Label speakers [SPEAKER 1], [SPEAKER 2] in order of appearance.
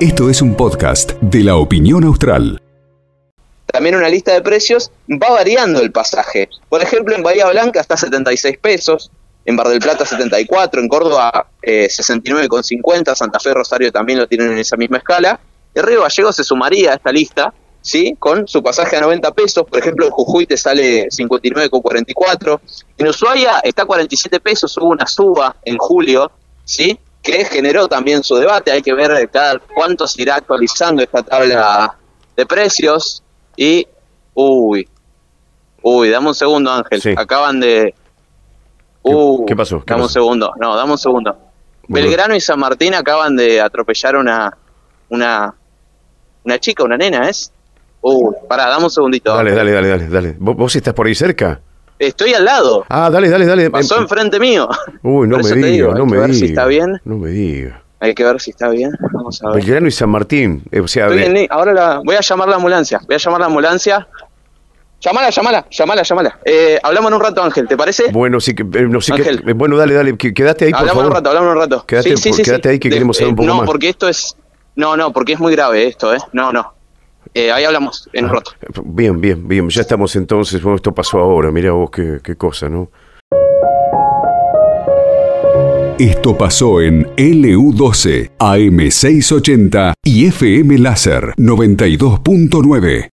[SPEAKER 1] Esto es un podcast de la opinión austral.
[SPEAKER 2] También una lista de precios va variando el pasaje. Por ejemplo, en Bahía Blanca está 76 pesos, en Bar del Plata 74, en Córdoba eh, 69,50, Santa Fe Rosario también lo tienen en esa misma escala. El Río Gallego se sumaría a esta lista, ¿sí? Con su pasaje a 90 pesos, por ejemplo, en Jujuy te sale 59,44. En Ushuaia está 47 pesos, hubo una suba en julio, ¿sí? Que generó también su debate, hay que ver eh, cada cuánto se irá actualizando esta tabla de precios y uy. Uy, dame un segundo, Ángel.
[SPEAKER 3] Sí.
[SPEAKER 2] Acaban de
[SPEAKER 3] ¿Qué- qué pasó?
[SPEAKER 2] Uh,
[SPEAKER 3] ¿Qué
[SPEAKER 2] dame un
[SPEAKER 3] pasó?
[SPEAKER 2] segundo. No, dame un segundo.
[SPEAKER 3] Bueno.
[SPEAKER 2] Belgrano y San Martín acaban de atropellar una una una chica, una nena, ¿es? Uh, pará, dame un segundito.
[SPEAKER 3] Dale, dale, dale, dale, dale. ¿Vos, vos estás por ahí cerca?
[SPEAKER 2] Estoy al lado.
[SPEAKER 3] Ah, dale, dale, dale.
[SPEAKER 2] Pasó
[SPEAKER 3] Em-
[SPEAKER 2] enfrente mío.
[SPEAKER 3] Uy, no
[SPEAKER 2] Por
[SPEAKER 3] me
[SPEAKER 2] eso te
[SPEAKER 3] digas,
[SPEAKER 2] digo,
[SPEAKER 3] no
[SPEAKER 2] hay
[SPEAKER 3] me
[SPEAKER 2] que ver
[SPEAKER 3] digas.
[SPEAKER 2] si está bien.
[SPEAKER 3] No me digas.
[SPEAKER 2] Hay que ver si está bien. Vamos a ver.
[SPEAKER 3] Belgrano y San Martín. eh, O sea,
[SPEAKER 2] Estoy
[SPEAKER 3] ve-
[SPEAKER 2] en li- ahora la- voy a llamar la ambulancia. Voy a llamar la ambulancia. Llamala, llamala, llamala, llamala. Eh, hablamos en un rato, Ángel, ¿te parece?
[SPEAKER 3] bueno, sí que, eh, no, sí que-
[SPEAKER 2] Ángel.
[SPEAKER 3] eh, bueno, dale, dale. que- Quedate ahí, por
[SPEAKER 2] hablamos en
[SPEAKER 3] favor.
[SPEAKER 2] un rato, hablamos en un rato.
[SPEAKER 3] Quédate,
[SPEAKER 2] Sí, sí,
[SPEAKER 3] por-
[SPEAKER 2] sí, sí.
[SPEAKER 3] quédate ahí que queremos saber un
[SPEAKER 2] eh,
[SPEAKER 3] poco
[SPEAKER 2] no,
[SPEAKER 3] más.
[SPEAKER 2] porque esto es. No, no, porque es muy grave esto, ¿eh? No, no. Eh, ahí hablamos en un rato.
[SPEAKER 3] Bien, bien, bien. Ya estamos entonces. Bueno, esto pasó ahora. Mira vos qué, qué cosa, ¿no?
[SPEAKER 1] Esto pasó en LU12, AM680 y FM Láser 92.9.